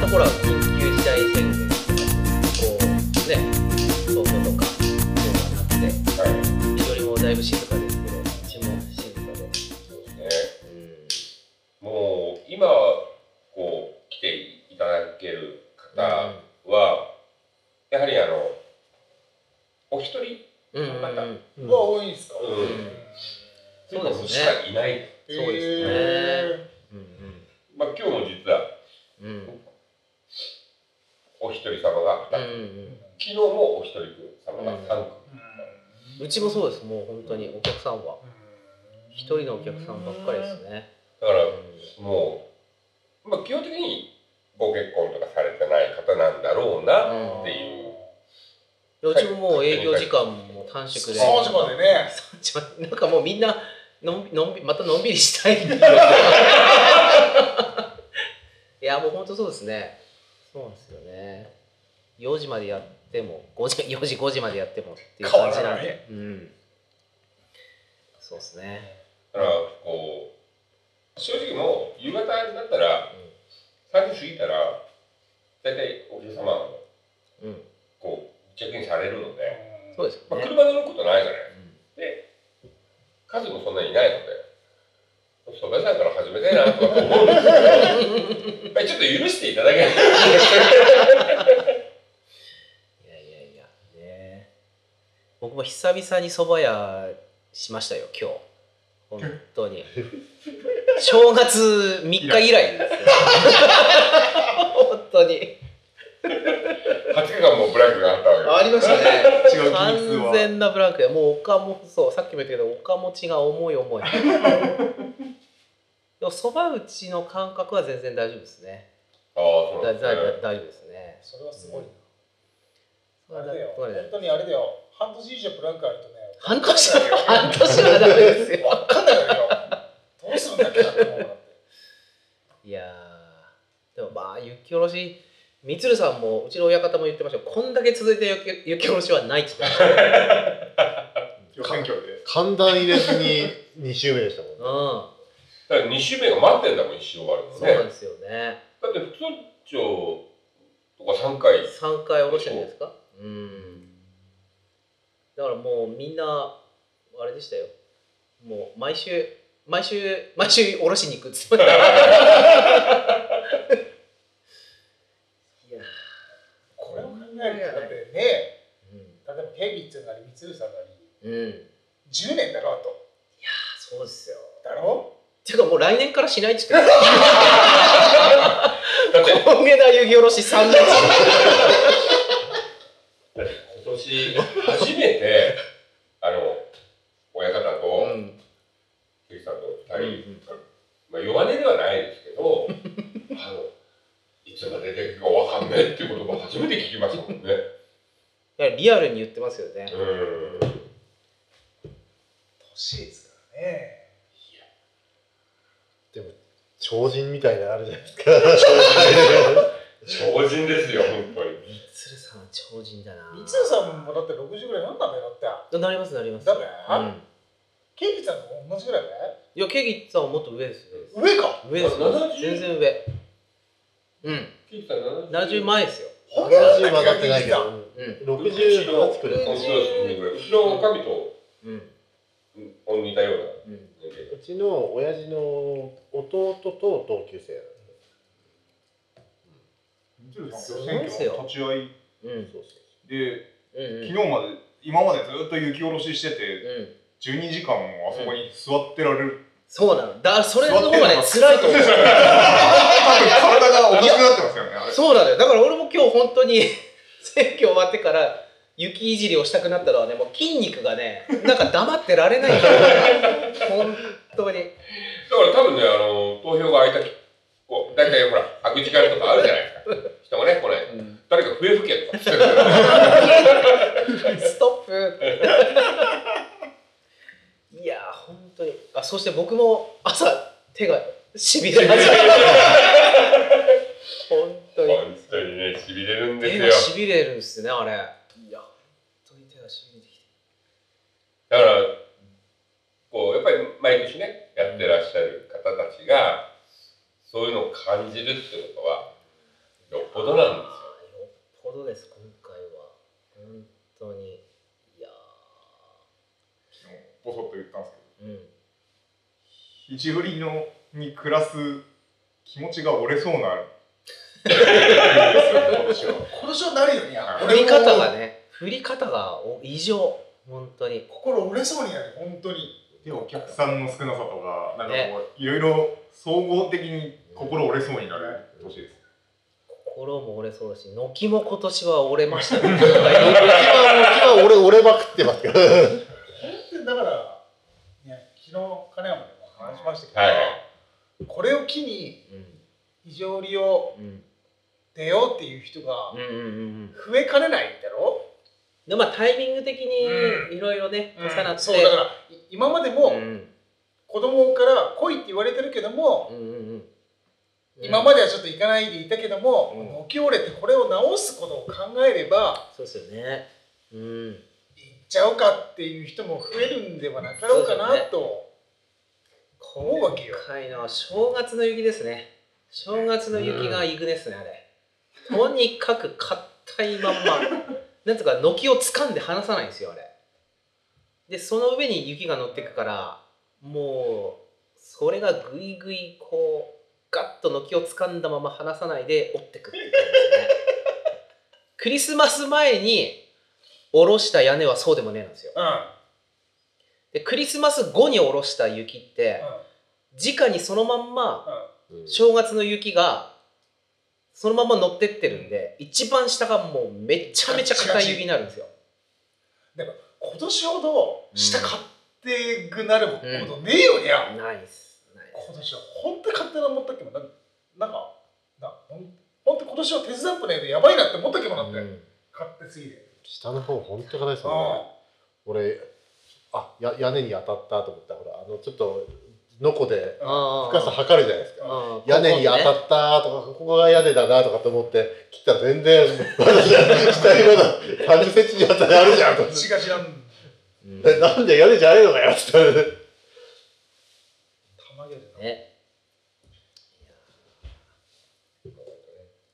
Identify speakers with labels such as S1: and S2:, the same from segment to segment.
S1: ところは緊急事態宣言こうね東京とかそういうのがなって
S2: はい。
S1: 非常にもうだいぶ静かですけどうちも静かで
S2: そうですね。もう今こう来ていただける方は、やはりあのお一人
S1: うんうん
S2: また
S1: うん
S3: うん
S2: は多いんですか。うん
S1: そうですね
S2: しかいない。
S1: そうですね
S2: へ
S1: う
S2: ーまあ今日も実は
S1: んうん
S2: お一人様が
S1: う
S2: 2
S1: んうん
S2: 人、昨日もお一人様が3組。
S1: うんうちもそうですもう本当にお客さんは一人のお客さんばっかりですね
S2: だからもうまあ基本的にご結婚とかされてない方なんだろうなっていう。
S1: うんうちももう営業時間も短縮で
S3: 3時までね。
S1: ちょなんかもうみんなのんのんびまたのんびりしたいいやもう本当そうですねそうなんですよね4時までやっても5時4時5時までやってもっていう感じなん
S3: 変わらない
S1: でうんそうですね
S2: だからこう正直もう夕方になったら
S1: うん
S2: 3時過ぎたら大体お客様は
S1: うん
S2: こうチェックインされるので、
S1: そうです
S2: ま
S1: よ
S2: あ、
S1: ね、
S2: 車乗ることないじゃない
S1: うん
S2: で数もそんなにいないので蕎麦屋さんから始めたいなとか思うんですけどやっぱりちょっと許していただけない
S1: いやいやいやね僕も久々に蕎麦屋しましたよ今日本当に正月3日以来ですよ本当に
S2: 8日間もブラックがあったわ
S3: ありましたね。違う
S1: 完
S3: 金数は。
S1: 全なブランクでもうおかもそうさっきも言ったけどおかもちが重い 重いでもそば打ちの感覚は全然大丈夫ですね
S2: けああそう
S1: だ
S2: なん
S1: だ
S2: で
S1: だ
S2: すね
S1: 大丈夫ですね
S3: それはすごいな。
S1: そ
S3: あ
S1: れ
S3: れだよ。
S1: そ
S3: 本
S1: れ
S3: 当にあれだよ。半年以上ブランクあるとね。
S1: 半年は半年はダメですよ
S3: わかんないよ。どうするんだっけなって思う。
S1: いやーでもまあ雪下ろしみつるさんもうちの親方も言ってましたよこんだけ続いて雪雪下ろしはないって言ってましたよ
S3: 予選挙で。
S4: 寒暖入れずに2週目でしたもん
S1: う
S4: ね
S1: ん
S2: だから2週目が待ってんだもん一周終わるの
S1: そう
S2: ね
S1: なんですよね
S2: だって副村長とか3回
S1: 3回下ろしてるんですかうんだからもうみんなあれでしたよもう毎週毎週毎週下ろしに行くっつっていや
S3: これを考えるとだってね、例え
S1: ー
S3: ばケビッツなり三ルさんなり
S1: うん、うん、いや
S3: 10年だろうと。
S1: そうですよ
S3: だろ？
S1: ていうかもう来年からしないって言って
S2: だって
S1: た今月は雪下ろし3年
S2: 今年初 めてあの親方
S1: う
S2: と
S1: ん
S2: 菊池さんと2人、まあ、弱音ではないですけ どあのいつまで出てくるかわかんないっていう言葉を初めて聞きましたもんね。
S1: だからリアルに言ってますよね。
S2: うん
S3: 年ですからね。
S4: でも超人みたいなのあるじゃないですか
S2: 超人ですよ本当に。
S1: 鶴さんは超人だな。
S3: 三ルさんもだって60ぐらいなんだべだって。
S1: なりますなります。
S3: だべ？
S1: うん。
S3: ケビッツさんと同じぐらいだ
S1: いやケギッツさんはもっと上ですよ。
S3: 上か。
S1: 上です
S2: あ
S1: よ。
S2: 70
S1: 全然上。うん。
S2: 菊池さん
S1: 七十前ですよ。
S3: 本
S4: 70は当たってないけ
S3: う
S4: ど
S1: うん。
S4: 68く
S2: く
S4: ら
S2: ら
S4: い
S2: い。
S4: です
S2: 後ろの神と
S1: うん。
S2: うん似たような
S1: うん。
S2: 年齢。
S4: うちの親父の弟と同級生なんです
S5: 20ですよ選挙の立ち会い
S1: うん。
S4: そうそう
S5: で
S1: うん。
S5: 昨日まで今までずっと雪下ろししてて
S1: うん。
S5: 12時間もあそこに座ってられる
S1: そうなの。だそれの方がね辛いと思う。
S5: 多分体がおかしくなってますよねあれ
S1: そうなのよ。だから俺も今日本当に 選挙終わってから雪いじりをしたくなったのはね、もう筋肉がね、なんか黙ってられない。 本当に。
S2: だから多分ね、あの投票が開いたき、こう大体ほら、開く時間とかあるじゃないですか。人がね、これ、
S1: うん
S2: 誰か笛吹けとかしてる。
S1: ストップ いやー本当にあそして僕も朝手がしびれ始めた 本当に
S2: 本当にね、しびれるんで
S1: 手
S2: す
S1: が
S2: よ。
S1: しびれるんですねあれいや本当に手がしびれてきて
S2: だから、こう、やっぱり毎年ね、やってらっしゃる方たちが、そういうのを感じるってことは、よっっぽどなんですよ
S1: よっぽどです今回は本当にいや
S5: 昨日ボソッと言ったんですけど
S1: ーうん
S5: 肘振りのに暮らす気持ちが折れそうな今年は
S3: 今年はなるよね
S5: はい
S1: 振り方がね振り方がお異常本当に
S3: 心折れそうになる本当に
S5: でお客さんの少なさとかなんか
S1: ね
S5: こういろいろ総合的に心折れそうになる年です
S1: 心も折れそうだし軒も今年は折れましたね
S4: は俺俺ばくってますけど
S3: でだから、ね、昨日金山でも話しましたけど、
S2: はい
S3: これを機に
S1: うん
S3: 異常利を
S1: うん
S3: 出ようっていう人が
S1: うんうんうんうん
S3: 増えかねないだろ、
S1: でまあタイミング的
S3: う
S1: にいろいろね重なって
S3: そうだからい今まで
S1: う
S3: も
S1: ん
S3: 子供から来いって言われてるけども、
S1: うんうんうん
S3: 今まではちょっと行かないでいたけども、
S1: うん
S3: のき折れてこれを直すことを考えれば
S1: そうですよねうん
S3: 行っちゃおうかっていう人も増えるんではなかろうか
S1: そうで
S3: な
S1: すね
S3: と思うわけよ。
S1: 今回の正月の雪ですね正月の雪がイグですね、あれとにかく硬いまん まなんとか軒を掴んで離さないんですよあれでその上に雪が乗ってくからもうそれがぐいぐいこうガッと軒を掴んだまま離さないで折ってくっていう感じです ねクリスマス前に下ろした屋根はそうでもねえなんですよ
S3: うん
S1: でクリスマス後に下ろした雪って
S3: う
S1: 直にそのまんま
S3: んうん
S1: 正月の雪がそのまま乗ってってるんで、一番下がもうめちゃめちゃ硬い雪になるんですよ。
S3: 今年ほど下買ってくなることねえよりゃ、
S1: ナイス。ナイ
S3: 今年は本当に勝手な思ったっけもななんかなほん本当今年は手伝ってないでやばいなって思ったっけもなっ
S1: ス
S3: て、
S1: うん
S3: 勝手すぎて
S4: 下の方本当硬いですもんね
S3: あ
S4: 俺あや屋根に当たったと思ったらほらあのちょっとノコで
S1: あ
S4: 深さ
S1: ー
S4: 測るじゃないですか
S1: あー
S4: 屋根に当た
S1: ここね
S4: ったとかここが屋根だなとかと思って切ったら全然私は下にまだ30センチに当たりあるじゃんと
S3: あしがしなん
S1: うん
S4: えなんで屋根じゃねえのかよって言ったら
S3: たまげる
S1: ね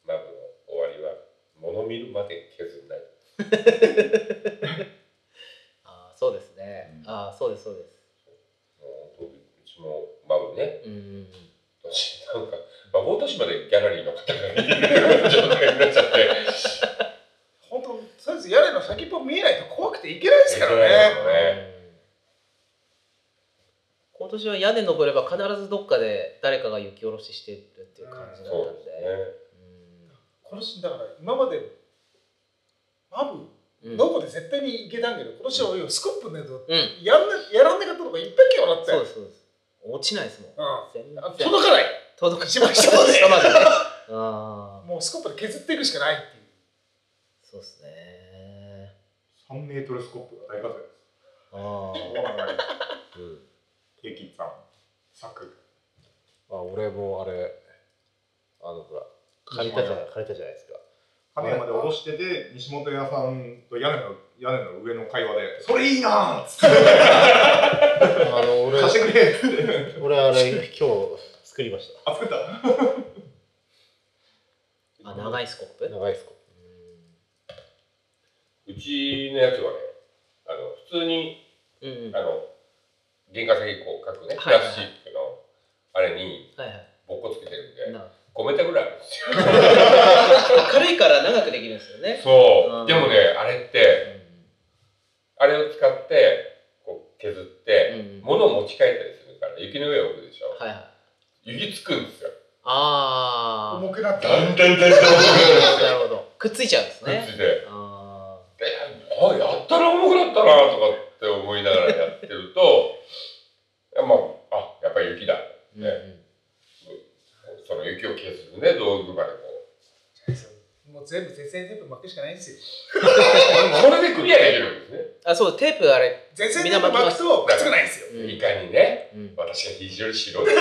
S2: まあもう終わりは物見るまで削んない
S1: あーそうですね。ああそうですそうです。
S2: もう本当にうちも孫ね
S1: うんうん
S2: 年なんかまあ大年までギャラリーの方が見る状態にな っちゃって
S3: 本当とりあえず屋根の先っぽ見えないと怖くていけないですからね
S1: うん。今年は屋根登れば必ずどっかで誰かが雪下ろししてるっていう感じだった
S2: そうんです
S1: で。
S3: 今年だから今までマブ
S1: うんうん
S3: どこで絶対に行けたんけど今年はよスコップねと
S1: うん
S3: やんなやらんなかったとかいっぱいけよなって
S1: そうですそうです。落ちないですもん。全
S3: うん
S1: 然
S3: あ届かない
S1: 届か
S3: 一番下まで
S1: 下までね。ああ、
S3: もうスコップで削っていくしかないっていう
S1: そうですね。
S5: 3メートルスコップが大活躍です
S1: ああ、
S5: 大曲がり
S4: うん
S5: ケーキさん作
S4: あ俺もあれあのほら借りたじゃない借りたじゃないですか
S5: 金山で下ろしてて西本屋さんと屋根の屋根の上の会話で「それいいな!」っつって
S4: あの
S5: 「
S4: 俺
S5: 貸してくれ!」っつって
S4: 俺あれ今日作りまし
S5: あ作った
S1: あ長いスコップ
S4: た？長いですか
S2: うちのやつはねあの普通に
S1: うんうん。は
S2: あの原価先こう書くねプ
S1: はい
S2: ラ
S1: はい
S2: スチックのあれに
S1: いはい。
S2: ぼっこつけてるんで
S1: な
S2: 5メーターぐらいあるんですよ
S1: 軽いから長くできるんですよね。
S2: そううんでもねあれってあれを使ってこう削って
S1: うんうん
S2: 物を持ち帰ったりするから雪の上を置くでしょ
S1: はいはい。
S2: 雪つくんですよ
S1: あ
S3: 重くなった
S2: だんだんだんだん
S1: あ、なるほど。くっついちゃうんです
S2: くっ
S1: ね。
S2: ついて
S1: あ
S2: であやったら重くなったなとかって思いながらやってると いやまああやっぱり雪だ
S1: あ、
S2: ねその雪を削るね道具までこ
S3: もう全部絶縁テープ巻くしかないんですよ。
S2: うそれでクリアできるんですね
S1: あ、そうテープあれ。
S3: 絶縁テープ巻くとくっつかないんですよ。
S1: うん
S2: いかにね
S1: うん
S2: 私が非常 に白い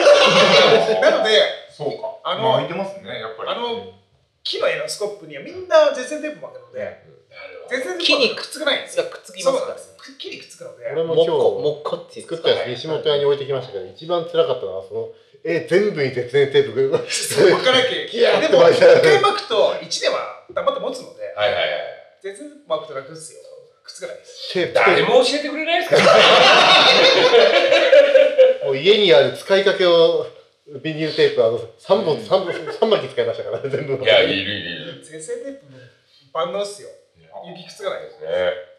S3: なので、
S5: そうか
S3: あ
S5: あ
S3: の
S5: の空いてますねやっぱり
S3: あの木の絵のスコップにはみんな絶縁テープ巻くので、絶縁テープ巻くとくっつかないんです
S1: が
S3: よ。
S1: くっつき
S3: そう
S1: ま
S3: な
S1: す
S3: ん
S1: から。
S3: です。くっきりくっつくので、
S4: 俺も
S1: もっこも
S4: 今
S1: っこってい
S4: 日
S1: うか
S4: 作ったやつ西本屋に置いてきましたけど一番辛かったのはそのえ全部に絶縁テープく る
S3: 分からんけ
S4: ギ ヤーって
S3: でも
S4: 巻い
S3: 一
S4: てある
S3: 回巻くと1年は黙って持つので
S2: はいはいはい。
S3: 全然巻くと楽ですよ靴がないです
S4: テープ
S2: 誰も教えてくれないですからね。
S4: もう家にある使いかけをビニールテープあの3本三本三巻使いましたから 全部
S2: いや、いるいるいる。
S3: 全然テープも万能っすよ雪靴がないです
S2: ね。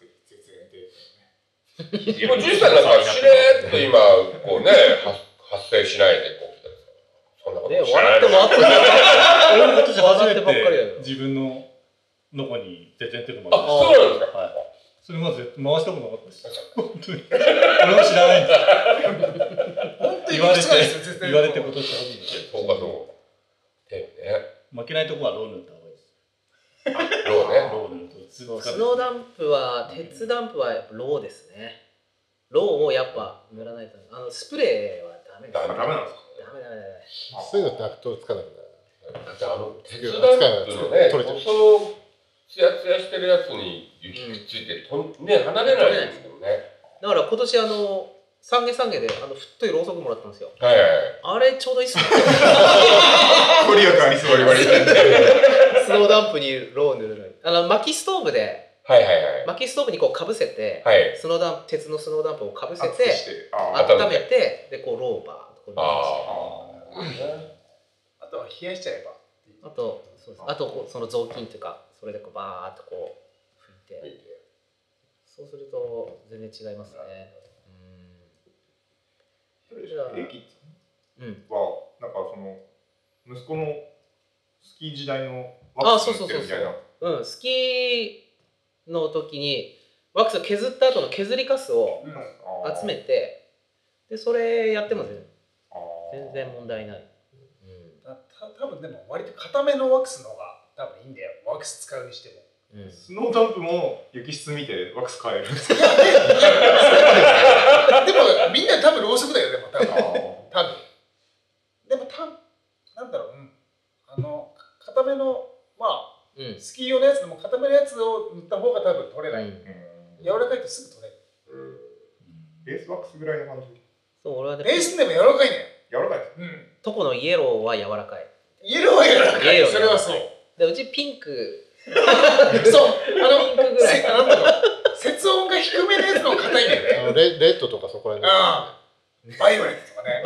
S3: 全然テー
S2: もう、ジュさんなんか、しれーっと今、こうね、発発生しないで、こう来てるそんなこと
S1: ね
S2: 知らな
S1: 笑
S2: い
S1: っても
S2: の
S1: らってもらって
S6: 俺も今年初め
S1: 笑ってばっかりや
S6: て
S1: な
S6: 自分ののこに出てんってると
S2: あ、そ
S6: 思
S2: うなんですか。
S6: はい。それまず回したことなかったです。本当に。俺も知らないんだ。
S3: ープ本当に
S6: 言わ
S3: 雪靴
S6: れて
S3: がないですよ全然
S6: 言われて今年初めて。
S2: そうか、そうか。テープね。
S6: 負けないとこはロール塗った方がいいです。
S2: ローね。
S6: ロール塗ると
S1: も
S6: ず
S1: らう
S6: っ
S1: ス
S6: と
S1: ノーダンプは鉄ダンプはやっぱローですねローをやっぱ塗らないとあのスプレーはダメです
S2: ダメ
S5: ダメなんですか
S1: ダメダメダメ
S4: そういうのってアクトつかなくなる
S2: だってあの鉄ダンプのね、
S4: 取れちゃう
S2: そのツヤツヤしてるやつに雪くっついて、とんね離れないんですけどね。
S1: だから今年あの三軒三軒であの太いろうそくもらったんですよ
S2: はいはい
S1: あれちょうどいいっすね
S5: ご利益ありそう
S2: はい。割り割りはい
S1: スノーダンプにローを塗るのにあの薪ストーブで
S2: はいはい。
S1: 薪ストーブにこうかぶせて、
S2: はい。
S1: スノーダンプ鉄のスノーダンプをかぶせ
S5: 熱く
S1: て
S5: して
S2: あ
S5: あ
S1: 温めてでこうローバーとこう塗りました
S2: あ
S3: あとは冷やしちゃえば
S1: あとそうですあとこうその雑巾というかそれでこうバーッとこう拭いて
S2: あ。
S1: そうすると全然違いますね
S5: 駅
S1: うん、うん、
S5: はなんかその息子のスキー時代の
S1: あ
S5: ワッ
S1: そ
S5: ク
S1: う
S5: ス
S1: そ
S5: 塗
S1: う
S5: って
S1: そうそ
S5: るみたいな
S1: ううんスキーの時にワックスを削った後の削りカスを
S3: うん
S5: あー
S1: 集めてでそれやっても全然
S5: あー
S1: 全然問題ない、う
S3: た多分でも割と固めのワックスの方が多分いいんだよワックス使うにしても
S1: んうん、
S5: スノーダンプも雪質見てワックス変え るんですか
S3: でもみんな多分ろうそくだよでも多分
S5: あー
S3: 多分でもたなんだろう、うん、あの固めのまあ
S1: うん
S3: スキー用のやつでも固めのやつを塗った方が多分取れない、
S1: うん
S5: うん
S3: 柔らかいとすぐ取れる
S5: ベースワックスぐらいの感じ
S1: そう俺はね
S3: ベースでも柔らかいね
S5: 柔らかいです
S3: うん
S1: とこのイエローは柔らかい
S3: イエローは柔らか
S1: イエ
S3: い
S1: ローは柔らかい
S3: それはそう
S1: でうちピン ク
S3: そう
S1: ピンクぐらい
S3: せなんだろう節音が低めのやつの方が硬いんだ
S4: あ
S3: よね
S4: のレレッドとかそこら辺
S3: バイオレットとかね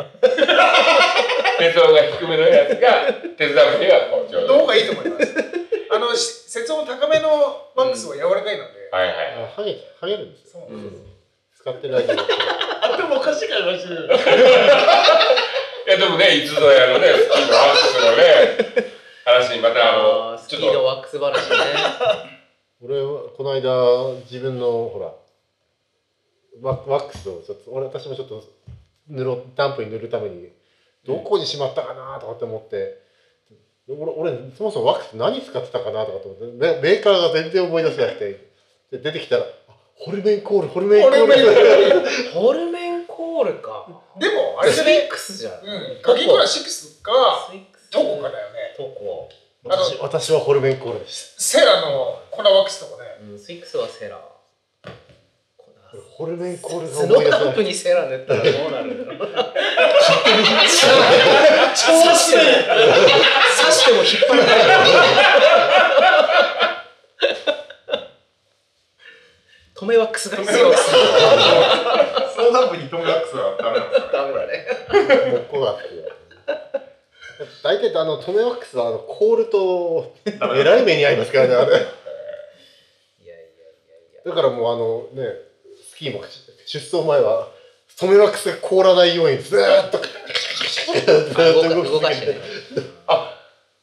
S2: 鉄音が低めのやつが、鉄ダンプにはこうちょうど
S3: の
S2: いい。
S3: 方がいいと思いますあのし節音高めのワックスは柔らかいので、
S2: はいはい。
S4: あハゲハゲるんですよ
S3: そう
S1: うん
S4: 使ってる間に
S3: あでもおかしいからしい
S2: いや、でもね、いつぞやのね、スキーのワックスのね、話にまた、あ
S1: あ
S2: の、
S1: ースキ
S2: ち
S1: ー
S2: ょっ
S1: のワックス話ね
S4: 俺はこの間自分のほらワワックスをちょっと俺私もちょっと塗ろうダンプに塗るためにどこにしまったかなとかって思って、俺俺そもそもワックス何使ってたかなとかって思ってメメーカーが全然思い出せなくてで出てきたらあ「ホルメンコールホルメンコール」
S1: ホルメンコールか
S3: でもあ
S1: あれ
S3: れじゃね
S1: ックスじゃん
S3: うんカキコラ6か
S1: スイックス
S3: どこかだよね
S1: どこ
S3: あの
S4: 私私はホルメンコールです
S3: セラの粉ワックスとかね
S1: うんスイックスはセラこんな
S4: ホルメンコールが
S1: ス
S4: 思
S1: ノ
S4: い
S1: ー
S4: 出せな
S1: ダ
S4: い
S1: ンプにセラ塗ったらどうなるんだろう
S3: 超してる
S1: 刺しても引っ張らない止めワックスが必要です
S5: スノーダンプにトムワックスはダメなんですかね
S1: ダメだね
S4: もうこうなってる大体あのトメワックスはあのコールとえらい目に遭いますからねあ
S1: い
S4: れ
S1: やいやいやいや
S4: だからもうあのねスキーも出走前はトメワックスが凍らないようにずーっとず
S1: あ
S4: ーっ
S1: 動か
S4: と
S1: 動
S4: 動
S1: か
S4: か
S1: し
S4: してて
S1: ね
S4: る
S2: と、あ、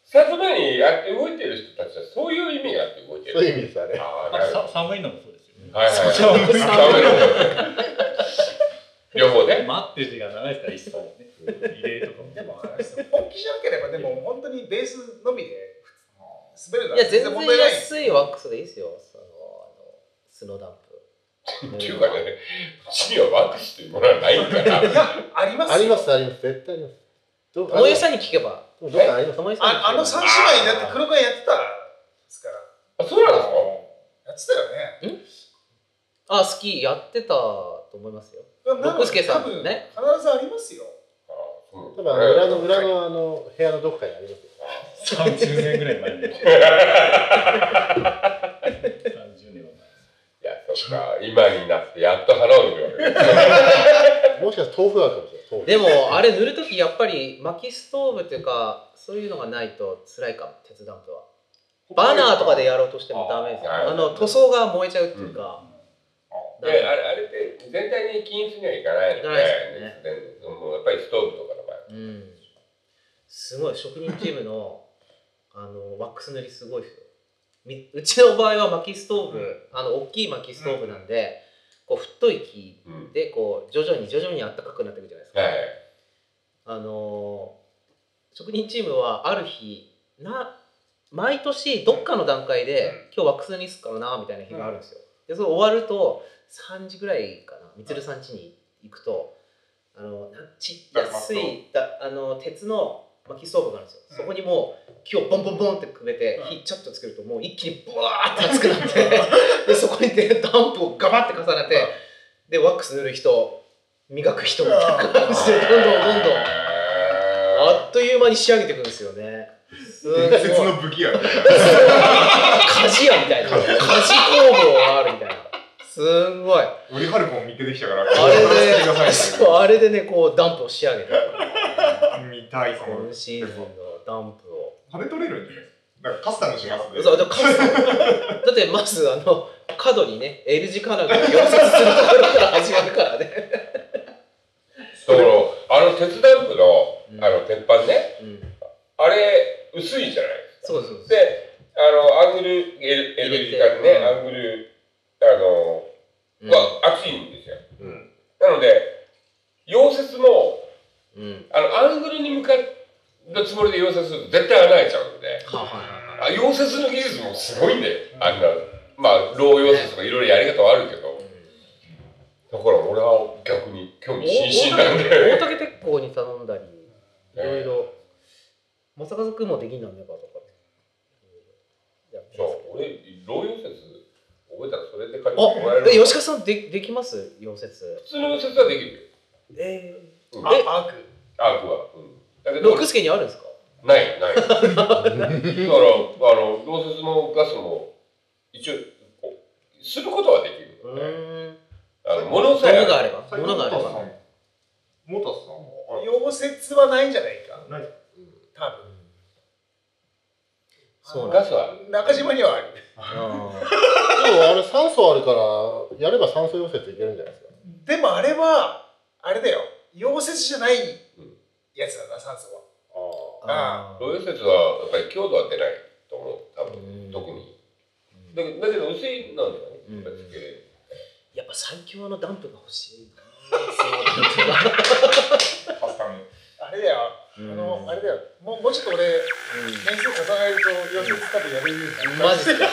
S2: さすがにあ動いてる人たちは、そういう意味があって動いて
S4: そういう
S2: る。
S4: 意味ですあれ
S2: ああ、なるほど
S6: さ。寒いのもそうですよね。
S2: はいはい。
S6: そっちの
S2: ダメだね両方ね。
S6: 待ってる時間長いですから一切ね。リレーとかも。
S3: でもあれですよ本気じゃなければでも本当にベースのみで滑るの
S1: い
S3: は
S1: や全
S3: 全然問題
S1: 然
S3: ない
S1: 安いワックスでいいですよそのあのスノーダン プ
S2: っていうかね、うちにはワックスというものはないから。
S3: いやありますよ
S4: ありますあります絶対ありますど
S1: 友よさんに聞けば
S4: どっかあります
S1: 友よさんに聞けば
S3: ああの三姉妹になって黒子がやってたんですから
S2: あ、そうなんですか
S3: やってたよね
S1: ああスキーやってたと思いますよ六助さん
S3: 多分
S1: ね
S3: 必ずありますよ
S2: うん
S4: 多分あの裏の裏のあの部屋のどっかにありますよ
S6: 30年ぐらい前に。30年はい
S2: や、そっか、今になってやっと花を見るわけです。
S4: もしかしたら豆腐だかもしれない。
S1: でもあれ塗る時やっぱり薪ストーブっていうかそういうのがないと辛いかも鉄ダンプはバナーとかでやろうとしてもダメですよ
S2: あ
S1: あの塗装が燃えちゃうっていうか、
S2: で、あれあれって全体に均一にはいかないので、
S1: いかないですよね
S2: 熱伝導もうやっぱりストーブとかの場合は
S1: うん、すごい職人チームの あのワックス塗りすごいですよみうちの場合は薪ストーブ、あの大きい薪ストーブなんで、こう太い木
S2: うん。
S1: でこう徐々に徐々に暖かくなっていくじゃないですか、
S2: はい。
S1: あのー職人チームはある日な毎年どっかの段階で、今日ワックスにすっからなみたいな日があるんですよ、でそれ終わると3時ぐらいかなみつるさん家に行くとあのなち安いだあの鉄の薪ストーブがあるんですよ、そこにもう今日ボンボンボンってくべて、火ちょっとつけるともう一気にブワーって熱くなって でそこにでダンプをガバって重ねて、でワックス塗る人磨く人みたいな感じでどんどんどんどん。あっという間に仕上げていくんですよね。すごい
S5: 伝説の武器やね。
S1: 鍛冶屋みたいな。鍛冶工房があるみたいな。すんごい。あ
S5: オリハルコン見つけてきたから、
S1: れ
S5: 話してくだ
S1: で、
S5: さい
S1: そうあれでね、こうダンプを仕上げて、
S5: 見たいその
S1: 今シーズンのダンプを。
S5: 跳ね取れるんじゃないだからカスタムしますね。
S1: そうだからだってまずあの角にね L 字金具を溶接するところから始まるからね。
S2: だから、あの鉄ダンプの、あの鉄板ね、
S1: うん、
S2: あれ、薄いじゃないですか。
S1: そうそうそう。
S2: で、あの、アングル、L, L 字架ね、
S1: うん
S2: アングル、あの、
S1: うん
S2: は厚いんですよ。
S4: うん
S2: なので、溶接も、
S1: うん。
S2: あの、アングルに向かったつもりで溶接すると絶対穴開いちゃうんで、
S1: はあは
S2: あ溶接の技術もすごいんだよ。あんな、まあ、ロー溶接とかいろいろやり方はあるけど、
S1: あ。
S2: だから俺は逆に興味津々なんだよ
S1: 大竹
S2: ね。
S1: 鉄工に頼んだりいろいろまさかずくんもできんなんねばとかやって
S2: そ
S1: ま
S2: う
S1: すけど、
S2: 俺、ロー溶接覚えたらそれで借りてもらえ
S1: あ
S2: る
S1: え
S2: の。
S1: 吉川さんでできます溶接
S2: 普通の溶接はできるよ。
S1: え
S2: うん
S1: え
S3: あアーク
S2: アークは。うんだけど、
S1: 六助にあるんですか
S2: ない、 ない。だから、あの、溶接もガスも、一応、こうすることはできる
S1: う
S2: ので。
S1: ーん
S2: あの、物
S1: 物
S2: さえあれば
S1: があれば物があれば
S5: モモタスさんは
S3: 溶接はないんじゃないか
S5: ない
S3: 多
S1: そうなんだ
S2: ガスは
S3: 分中島にはある
S1: あ
S4: でもあれ酸素あるから、やれば酸素溶接いけるんじゃないですか。
S3: でもあれはあれだよ溶接じゃないやつだな酸素は
S1: ーあ
S2: ロイヨ説はやっぱり強度は出ないと思う多分、
S1: うん
S2: 特にだけどだけど薄いなんだよね、
S1: うん
S2: やっぱり地形
S1: ーやっぱ最強のダンプが欲しい
S5: カスタム。
S3: あれだよあ
S1: な
S3: のあれ
S1: だ
S3: だよもうもうちょっと俺年数重ねると溶接多分やめるんだ
S1: マジでいや